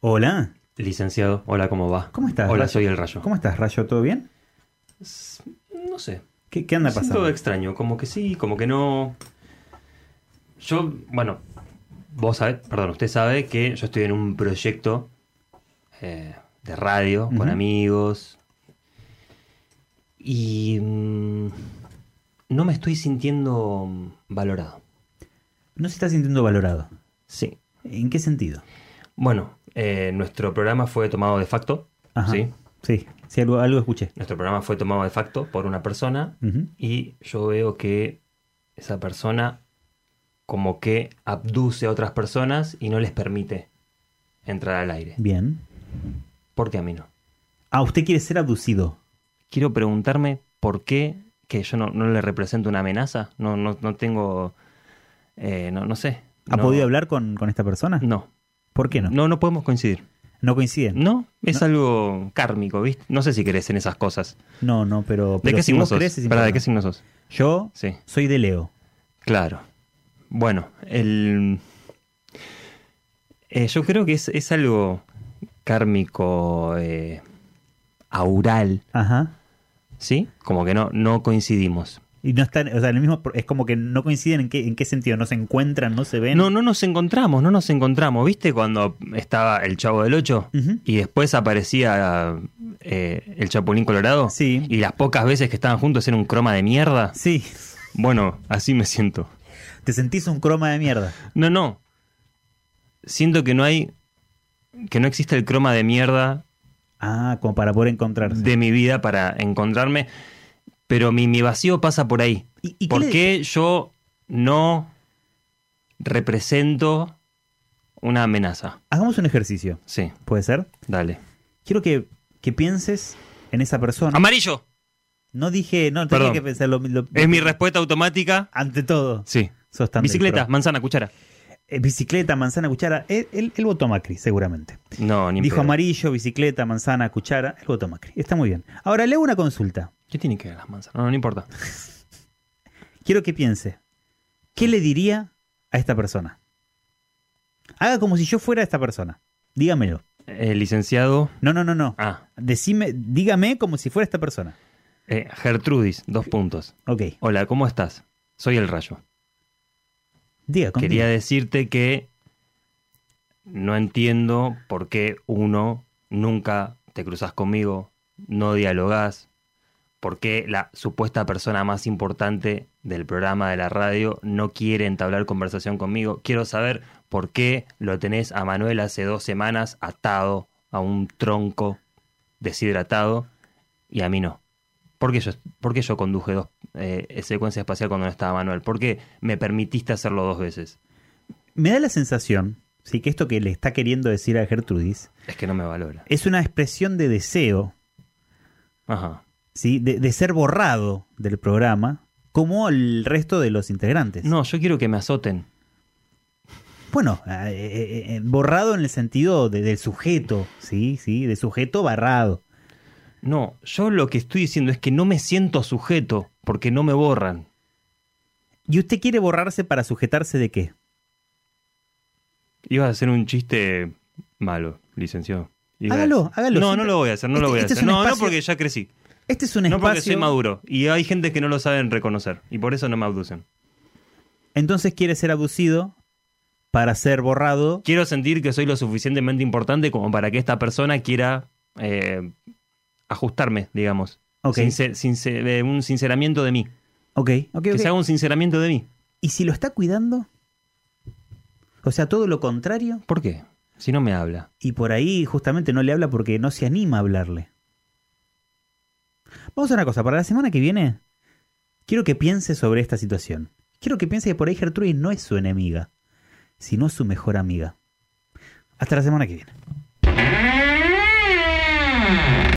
Hola, Licenciado, hola, ¿cómo va? ¿cómo estás? Hola, Rayo? soy el Rayo. ¿Cómo estás, Rayo? ¿Todo bien? S- No sé. ¿Qué, qué anda Todo pasando? extraño, como que sí, como que no. Yo, bueno, vos sabés, perdón, usted sabe que yo estoy en un proyecto eh, de radio con Ujú. amigos. Y mm, no me estoy sintiendo mm, valorado. No se está sintiendo valorado. Sí. ¿En qué sentido? Bueno, eh, nuestro programa fue tomado de facto. Ajá. Sí. Sí, sí, algo, algo escuché. Nuestro programa fue tomado de facto por una persona Ujú. y yo veo que esa persona como que abduce a otras personas y no les permite entrar al aire. Bien. ¿Por qué a mí no? Ah, usted quiere ser abducido. Quiero preguntarme por qué que yo no, no le represento una amenaza, no, no, no tengo, eh, no, no sé. ¿Ha No- podido hablar con, con esta persona? No, ¿Por qué no? no, no podemos coincidir. No coinciden. No, es algo kármico, ¿viste? No sé si crees en esas cosas. No, no, pero, ¿De pero qué si signo vos sos? crees, es Pará, ¿de importante. qué signo sos? Yo Sí. soy de Leo. Claro. Bueno, el... eh, yo creo que es, es algo kármico, eh, aural, Ajá. ¿sí? Como que no, no coincidimos. Y no están, o sea, en el mismo, es como que no coinciden en qué, en qué sentido, no se encuentran, no se ven. No, no nos encontramos, no nos encontramos. ¿Viste cuando estaba el Chavo del Ocho? Ujú. Y después aparecía eh, el Chapulín Colorado. Sí. Y las pocas veces que estaban juntos era un croma de mierda. Sí, Bueno, así me siento. te sentís un croma de mierda. No, no. Siento que no hay. que no existe el croma de mierda Ah, como para poder encontrarse. de mi vida para encontrarme. Pero mi, mi vacío pasa por ahí. ¿Y- y qué ¿Por le- qué yo no represento una amenaza? Hagamos un ejercicio, Sí, ¿puede ser? dale. Quiero que, que pienses en esa persona. Amarillo. No dije, no, tenía Perdón. que pensar lo, lo- Es mi respuesta automática. ante todo. Sí. Sos tan del Bicicleta, pro. manzana, cuchara. Eh, bicicleta, manzana, cuchara. Él, él- él votó a Macri, seguramente. No, ni en Dijo pedo. amarillo, bicicleta, manzana, cuchara. Él votó a Macri. Está muy bien. Ahora le hago una consulta. ¿Qué tiene que ver las manzanas? No, no importa. Quiero que piense. ¿Qué le diría a esta persona? Haga como si yo fuera esta persona. Dígamelo. Eh, licenciado. No, no, no, no. Ah, Decime, dígame como si fuera esta persona. eh, Gertrudis, dos puntos. Ok. Hola, ¿cómo estás? Soy el Rayo. Diga, contigo. Quería decirte que no entiendo por qué uno nunca te cruzas conmigo, no dialogás, por qué la supuesta persona más importante del programa de la radio no quiere entablar conversación conmigo. Quiero saber por qué lo tenés a Manuel hace dos semanas atado a un tronco deshidratado y a mí no. ¿Por qué yo, por qué yo conduje dos eh, secuencia espacial cuando no estaba Manuel? ¿Por qué me permitiste hacerlo dos veces? Me da la sensación, sí, que esto que le está queriendo decir a Gertrudis Es que no me valora. es una expresión de deseo, Ajá. sí, de, de ser borrado del programa, como el resto de los integrantes. No, yo quiero que me azoten. Bueno, eh, eh, eh, borrado en el sentido de- del sujeto, sí, sí, de sujeto barrado. No, yo lo que estoy diciendo es que no me siento sujeto porque no me borran. ¿Y usted quiere borrarse para sujetarse de qué? Ibas a hacer un chiste malo, licenciado. Ibas a Hágalo, decir- hágalo, No, sienta- no lo voy a hacer, no lo Este- voy a este es hacer. un No, no espacio- porque ya crecí. Este es un No porque soy espacio. maduro. Y hay gente que no lo saben reconocer. Y por eso no me abducen. entonces quiere ser abducido para ser borrado. Quiero sentir que soy lo suficientemente importante como para que esta persona quiera eh, ajustarme, digamos. Ok, Sincer- sincer- eh, un sinceramiento de mí. ok, ok. Que ok. se haga un sinceramiento de mí. ¿Y si lo está cuidando? O sea, todo lo contrario. ¿Por qué? Si no me habla. Y por ahí justamente no le habla porque no se anima a hablarle. Vamos a una cosa, para la semana que viene, quiero que piense sobre esta situación. Quiero que piense que por ahí Gertrudis no es su enemiga, sino su mejor amiga. Hasta la semana que viene.